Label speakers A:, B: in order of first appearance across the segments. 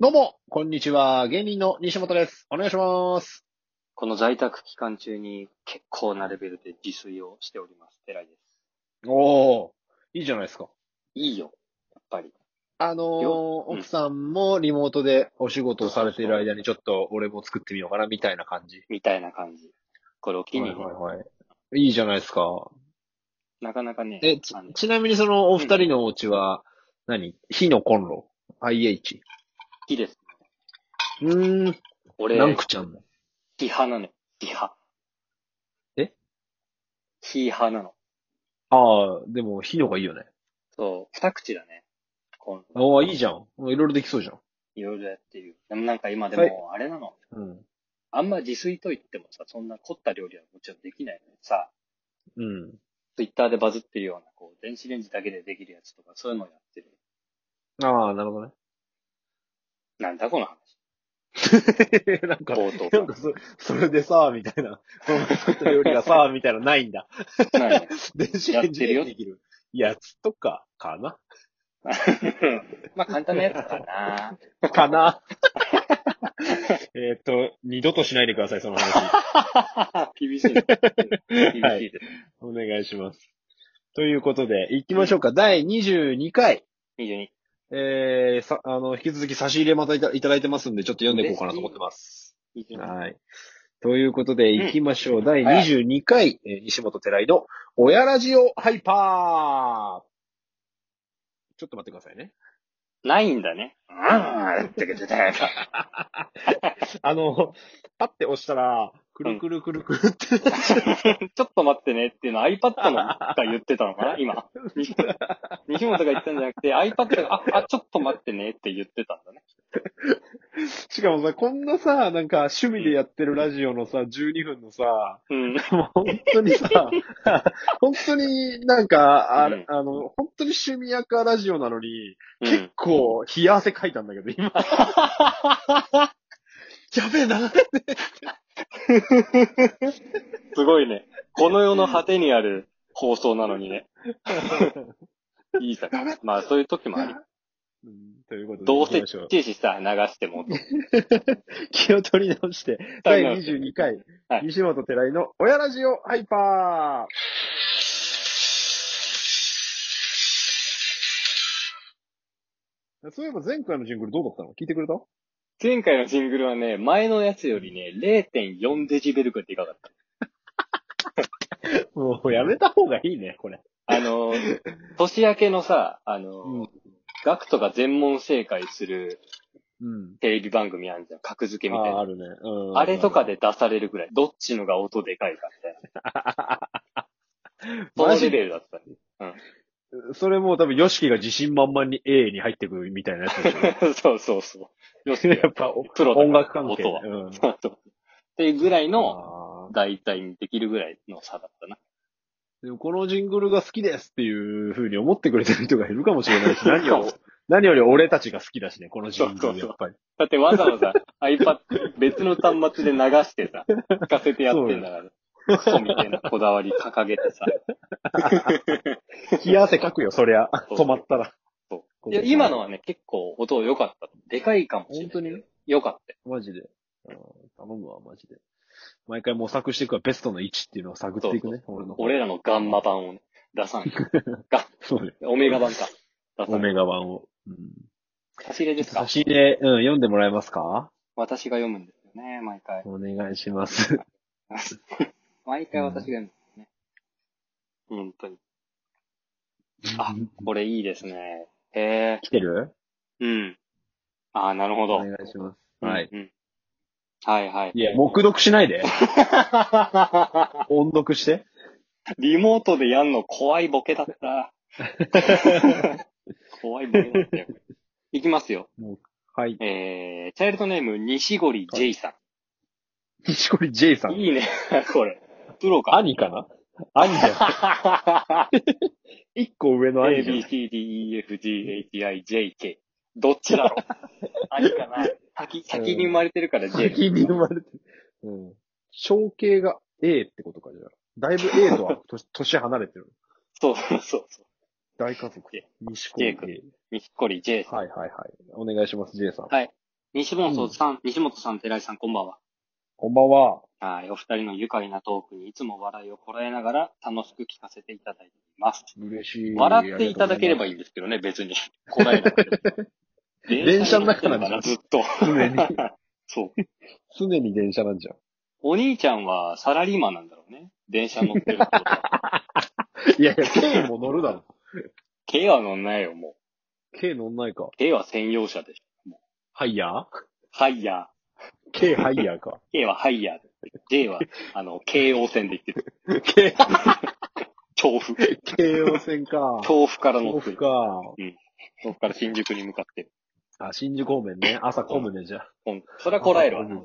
A: どうも、こんにちは。芸人の西本です。お願いします。
B: この在宅期間中に結構なレベルで自炊をしております。偉いです。
A: おー、いいじゃないですか。
B: いいよ。やっぱり。
A: あのー
B: ようん
A: 奥さんもリモートでお仕事をされている間にちょっと俺も作ってみようかな、みたいな感じ。
B: みたいな感じ。これを機に、ね
A: はいはい。いいじゃないですか。
B: なかなかね、
A: え、ち
B: あの
A: ちなみにそのお二人のお家は、何火のコンロ ?IH?
B: 火です。
A: うーん、
B: 俺、
A: 何
B: 火
A: 口あんの
B: 派なのよ。火派。
A: え
B: 火派なの。
A: ああ、でも火の方がいいよね。
B: そう、二口だね。こん
A: おーいいじゃん。うんいろいろできそうじゃん。
B: いろいろやってる。でもなんか今で
A: はい
B: も、あれなの、
A: うん。
B: あんま自炊と言ってもさ、そんな凝った料理はもちろんできないのにさ、
A: うん。
B: ツイッターでバズってるような、こう、電子レンジだけでできるやつとか、そういうのをやってる。
A: ああ、なる ほどね。
B: なんだこの話。
A: なんか、
B: 冒頭
A: な
B: から
A: んかそ、それでさ、みたいな、この作った料理が さ、みたいなのないんだ。
B: ないね
A: 電子レンジ
B: やってる
A: で
B: よ
A: できるやつとか、かな
B: まあ簡単なやつかな。
A: かな えっと、二度としないでください、その話。
B: 厳しいね。厳しい
A: はい
B: です。
A: お願いします。ということで、行きましょうか。第22回。
B: 22。
A: えー、さ、あの、引き続き差し入れまたいたいただいてますんで、ちょっと読んでいこうかなと思ってます。
B: 22
A: はい。ということで、
B: ん
A: 行きましょう。第22回、えー西本寺井の、親ラジオハイパーちょっと待ってくださいね。
B: ないんだね。うん、ってけてた
A: あの、パッて押したら、くるくるくるくるって、
B: ちょっと待ってねっていうの iPad のが言ってたのかな今。西西本が言ったんじゃなくて iPad が、あ、あ、ちょっと待ってねって言ってたんだね。
A: しかもさ、こんなさ、なんか趣味でやってるラジオのさ、12分のさ、
B: うん。
A: もう本当に さ、本当になんか、あ,、
B: うん
A: あの、本当に趣味やかラジオなのに、
B: う
A: 結
B: ん。
A: 構冷や汗かいたんだけど、 今。やべえな。
B: すごいね。この世の果てにある放送なのにね。いいさ。まあそういう時もあり。
A: うんということで、
B: ど
A: 行
B: う
A: き
B: せ
A: ましょう
B: チェイシさ、流しても。
A: 気を取り直して、第22回、
B: はい
A: 西本寺井の親ラジオハイパーそういえば前回のジングルどうだったの聞いてくれた
B: 前回のジングルはね、前のやつよりね、0.4デジベルくらいでかかった。
A: もうやめた方がいいね、これ。
B: あの、 年明けのさ、あの、
A: うん
B: ガクトが全問正解する
A: うん。
B: テレビ番組あるじゃん。格付けみたい
A: ああ、
B: な。あ
A: あるね。うん。
B: れとかで出されるぐらい、どっちのが音でかいかみたいな。そ
A: マ
B: の
A: ジ
B: レ
A: で
B: ベルだった、
A: それもう多分、ヨシキが自信満々に A に入ってくるみたいなやつでし
B: そうそうそう。よし
A: ょ。やっぱ、お
B: プロだから
A: 音楽関係。
B: 音は
A: うん。
B: そうそう。っていうぐらいの、
A: あ
B: 大体にできるぐらいの差だったな。
A: ーでもこのジングルが好きですっていう風に思ってくれてる人がいるかもしれ ないし、何を何より俺たちが好きだしね、このジングルやっぱり。
B: だってわざわざ iPad、別の端末で流してさ、聞かせてやってんだから、クソみたいなこだわり掲げてさ。
A: 冷や汗かくよ、そりゃ。
B: そ
A: 止
B: う
A: まったら。
B: いや、今のはね、結構音良かった。でかいかもしれない。
A: 本当に
B: 良かったよ。
A: マジで。うん頼むわ、マジで。毎回模索していくわ、ベストの位置っていうのを探っていくね、俺の。
B: 俺らのガンマ版をね、出さんよ。
A: そうね。
B: オメガ版か。出
A: オ
B: さんよ。
A: メガ版を。うん
B: 差し入れです
A: 差
B: か
A: し入れ、うん、読んでもらえますか
B: 私が読むんですよね、毎 回。
A: お願いします。
B: 毎回私が読むんですね。本当に。 あこれいいですね。へえ、
A: 来てる
B: うん。ああ、なるほ
A: お
B: ど。
A: 願いします。はい。
B: うんうん。はいはい
A: い。や、黙読しないで。音読して。
B: リモートでやんの怖いボケだ った。怖いボケだったよ。いきますよ。
A: はい。
B: えー、チャイルドネーム、西堀 J さ
A: 西堀 J さ
B: ん。
A: ん。
B: いいね、これ。プロか。
A: 兄かな兄じゃん。 一個上の
B: A,
A: 兄じゃん
B: B,。C, D, E, F, G, H, I, J, K。どっち だろう兄かな先、先に生まれてるから
A: 先
B: J。
A: に生まれてる。うん。象形が A ってことかじゃあ。だいぶ A とは年年離れてる。
B: そうそうそうそう。
A: 大家族
B: J。
A: 西
B: J
A: 高
B: 君
A: 家。
B: 西堀 J さん。
A: はいはいはい。お願いします、J さん。
B: はい。西本さん、西本さん、寺井さん、こんばんは。
A: こんばんは。
B: はい。お二人の愉快なトークにいつも笑いをこらえながら楽しく聞かせていただいています。
A: 嬉しい。
B: 笑っていただければ
A: いい。
B: いいんですけどね、別に。こらえなく ても
A: 電車の中な
B: だ
A: んじゃ
B: から
A: ん
B: ずっと。
A: 常に、
B: そう。
A: 常に電車なんじゃん。
B: お兄ちゃんはサラリーマンなんだろうね。電車乗ってるってことは。
A: い やいや、K も乗るだろ。
B: K は乗んないよ、も
A: K 乗んないか
B: う。。K は専用車でしょ。
A: ハイヤー
B: ハイヤ
A: ?K ハイヤーか。
B: ー。K はハイヤー。J は、あの、京王線で行ってる。
A: K、
B: 調布。
A: 京王線か。
B: 調布から乗
A: 豆
B: っ
A: 腐
B: てる。
A: か。
B: 調布から新宿に向かってる。
A: あ、新宿方面ね。朝混むね、じゃあ。
B: ほんそれはこらえるわ。
A: うん。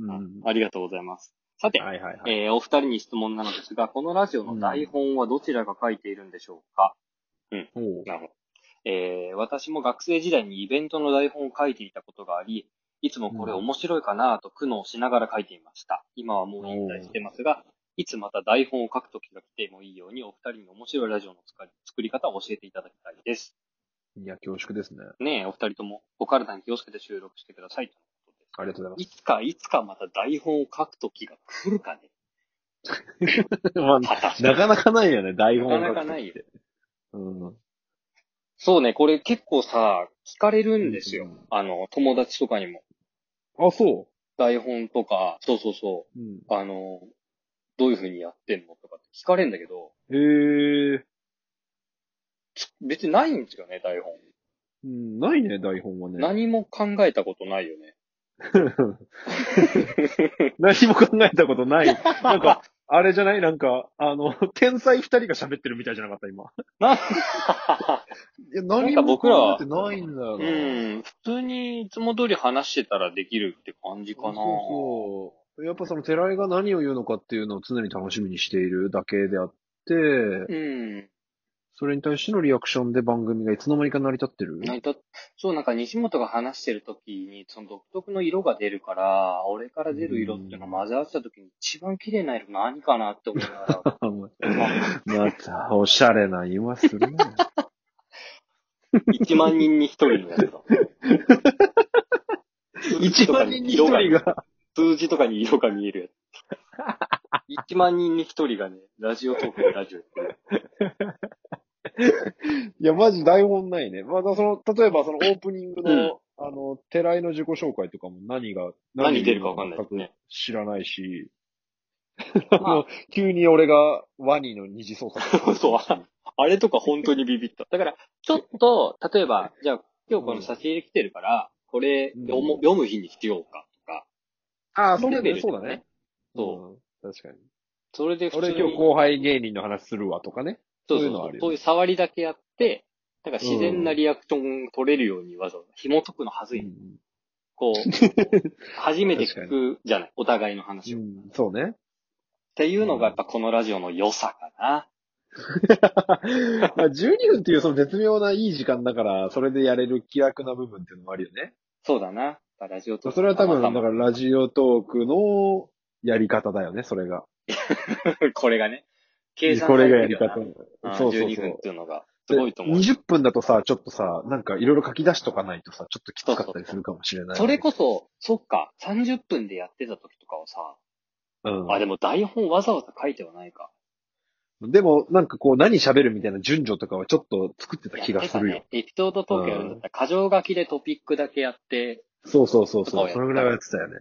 A: うん
B: ありがとうございます。さて、
A: はいはいはい。
B: えーお二人に質問なのですが、このラジオの台本はどちらが書いているんでしょうか、
A: おう
B: なるほど。えー私も学生時代にイベントの台本を書いていたことがあり、いつもこれ
A: うん
B: 面白いかなと苦悩しながら書いていました。今はもう引退してますが、いつまた台本を書くときが来てもいいように、お二人に面白いラジオの作り作り方を教えていただきたいです。
A: いや、恐縮ですね。
B: ねえ、お二人ともお体に気をつけて収録してくださいとのことです。
A: ありがとうござい
B: いつか、いつかまた台本を書くときが来るかね。
A: ます。まあ、
B: 果たし
A: な
B: て。
A: かなかないよね、台本
B: なかなか
A: 書く
B: ない
A: っ
B: よ
A: て。うん。
B: そうね、これ結構さ、聞かれるんですよ。
A: うん
B: あの、友達とかにも。
A: あ、そ。
B: 台本とか、そうそうそう
A: うん。
B: う、あの、どういう風にやってんのとかって聞かれんだけど、
A: へえ。
B: つ別にないんですよね、台本。
A: うん、ないね、台本はね。
B: 何も考えたことないよね。
A: 何も考えたこと ない。なんか、あれじゃないなんか、あの、天才二人が喋ってるみたいじゃなかった、今。
B: な
A: いや、
B: なんか僕らは
A: 何も考えてないんだよ
B: う
A: な。
B: ん、普通にいつも通り話してたらできるって感じかな。
A: そうそう。やっぱその寺井が何を言うのかっていうのを常に楽しみにしているだけであって、
B: うん。
A: それに対してのリアクションで番組がいつの間にか成り立ってる。
B: なんかそう、なんか西本が話してる時に、その独特の色が出るから、俺から出る色っていうのが混ぜ合わせた時に一番綺麗な色何かなって思いなが ら、
A: また、おしゃれな言いまするね。
B: 1万人に1人の やつだ。
A: 一万人に一人が、
B: 数字とかに色 が見えるやつ。1万人に1人がね、ラジオトークでラジオやってる。
A: いや、マジ台本ないね。まだその、例えばそのオープニングの、
B: うん
A: あの、寺井の自己紹介とかも何が、
B: 何出るかわかんないですね
A: 全く知らないし、
B: ま
A: あの急に俺がワニの二次創 作。
B: そうあ、あれとか本当にビビった。だから、ちょっと、例えば、じゃあ、今日この差し入れ来てるから、これ読む、
A: うん
B: 読む日にしようかとか。
A: ああ、そうだ
B: レベル
A: ね。
B: と
A: そう
B: か
A: だね。
B: そう。
A: うん。確かに。
B: それで普通
A: 俺
B: に。
A: 今日後輩芸人の話するわとかね。
B: そう
A: そうい
B: そ
A: ううの
B: そ
A: ある
B: う
A: よね
B: そういう触りだけやって、なんか自然なリアクション取れるようにわざわざ紐解くのはずい。
A: うん
B: こう、初めて聞
A: 確
B: くじゃない、お互いの話を。
A: う
B: っ
A: ん、そうね。
B: ていうのがやっぱこのラジオの良さかな。
A: まあ12分っていうその絶妙ないい時間だから、それでやれる気楽な部分っていうのもあるよね。
B: そうだな。ラジオと
A: それは多分、だ
B: たま
A: か
B: たま
A: らラジオトークのやり方だよね、それが。
B: これがね、計算
A: こ
B: さ
A: れが
B: れて
A: や
B: る
A: り
B: よな
A: 方。そ
B: うん
A: うそう
B: 12分っ
A: そ
B: ていうのが、
A: う。
B: すごいと思う。
A: 20分だとさ、ちょっとさ、なんかいろいろ書き出しとかないとさ、ちょっときつかったりするかもしれない。
B: それこそ、そっか、30分でやってた時とかはさ、
A: うん。
B: あ、でも台本わざわざ書いてはないか。
A: でも、なんかこう何喋るみたいな順序とかはちょっと作ってた気がする
B: やっ
A: よ
B: て。たねエピソードトークやるんだったら、箇条書きでトピックだけやって、
A: そうそうそう
B: そう
A: そ
B: や
A: う。
B: った
A: それぐらいはやってたよね。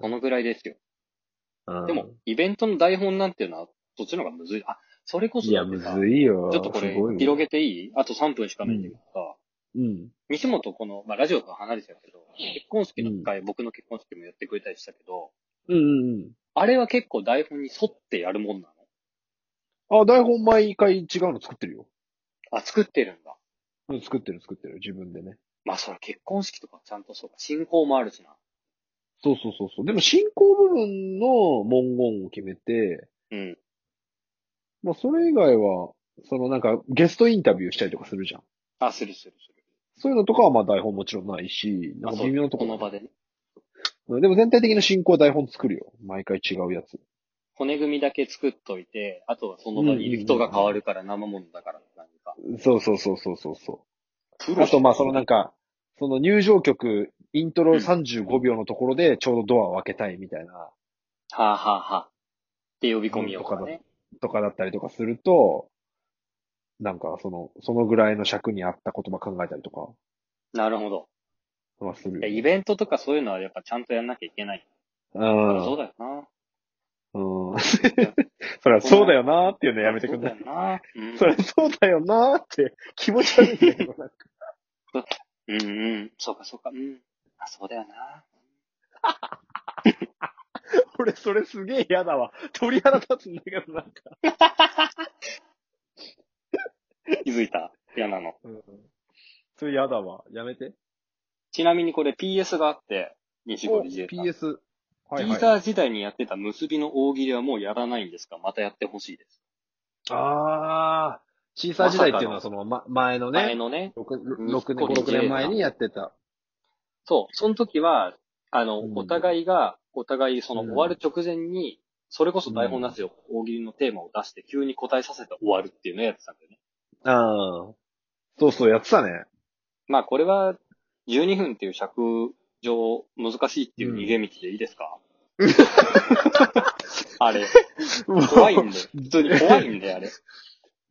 B: このぐらいですよ。
A: うん。うん
B: でも、、イベントの台本なんていうのは、そっちの方がむずい。あ、それこそ
A: いや、
B: だって
A: む
B: さ、
A: ずいよ。
B: ちょっとこれ
A: すごいよ
B: 広げていいあと3分しかないんだけどさ、
A: うん。
B: 西本この、まあラジオとは離れてたけど、結婚式の回、僕の結婚式もやってくれたりしたけど、
A: うんうん
B: あれは結構台本に沿ってやるもんな
A: うん。あ、台本毎回違うの作ってるよ。
B: の。あ、作ってるんだ。
A: うん作ってる作ってる。自分でね。
B: まあそれ結婚式とかちゃんとそうか、進行もあるしな。
A: そうそうそうそう。でも進行部分の文言を決めて、
B: うん。
A: まあそれ以外は、そのなんかゲストインタビューしたりとかするじゃん。
B: あ、するするする。
A: そういうのとかはまあ台本もちろんないし、な
B: あ
A: んか
B: そう
A: 微妙なとこ
B: この場でね。
A: うんでも全体的な進行は台本作るよ。毎回違うやつ。
B: 骨組みだけ作っといて、あとはその場にいる人が変わるから生ものだからって感じか。
A: そうそうそうそうそうそ
B: プ
A: う。あとまあそのなんか、その入場曲イントロ35秒のところでちょうどドアを開けたいみたいな、
B: はあ、はあはあ、って呼び込みをとかね。
A: とかだったりとかすると、なんかその、そのぐらいの尺に合った言葉考えたりとか
B: なるほど。
A: はする
B: いや
A: よね。
B: イベントとかそういうのはやっぱちゃんとやんなきゃいけない。
A: うん。
B: そうだよな。
A: うん。 それはそうだよなーっていうのやめてくんない。
B: そうだよな。う ん
A: それはそうだよなーって気持ち悪いね。
B: うんうん。そうかそうか。うん。あ、そうだよな。
A: 俺それすげえ嫌だわ。鳥肌立つんだけどなんか。
B: 気づいた。嫌なの。
A: うん。それ嫌だわ。やめて。
B: ちなみにこれ PS があって、西
A: お
B: 堀自衛隊。
A: PS。はい
B: ティー
A: は
B: ザー時代にやってた結びの大喜利はもうやらないんですが、またやってほしいです。
A: い。あー。シーサー時代っていうのはその、ま、前の
B: 前
A: ね、
B: のね、
A: 6, 六
B: 六
A: 年、
B: 年
A: 5、6年前にやってた。
B: そう、その時は、あの、
A: うん
B: お互いが、お互いその
A: うん
B: 終わる直前に、それこそ台本なしを大喜利のテーマを出して急に答えさせて終わるっていうのをやってたんだよね。
A: あー。そうそう、やってたね。
B: まあこれは、12分っていう尺上難しいっていう逃げ道でいいですか、 あれ、怖いんで、普通に怖いんで、あれ。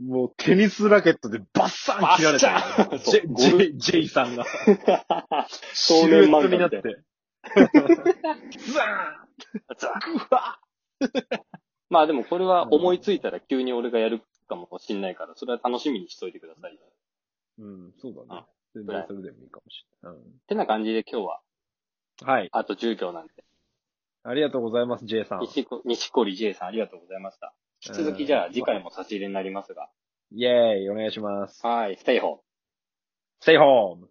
A: もうテニスラケットでバッサン切られたよ
B: バッ。サ
A: ジ
B: ン
A: ェ、
B: そう
A: ジェ、ジェイさんが。
B: 少年漫画みた
A: シ
B: い
A: ルエットになって。ザ
B: まあでもこれは思いついたら急に俺がやるかもしんないから、それは楽しみにしといてください。っ
A: ーンうん、そうだね
B: あ。
A: 全然それでもいいかもしれない。
B: てな感じで今日は、
A: うんはい。
B: あと10秒なんで、
A: ありがとうございます、ジェイさん。
B: 西こ西堀 J さんありがとうございました。引き続きじゃあ次回も差し入れになりますが、
A: イェーイ、お願いします。
B: はい、ステイホー。
A: Stay home!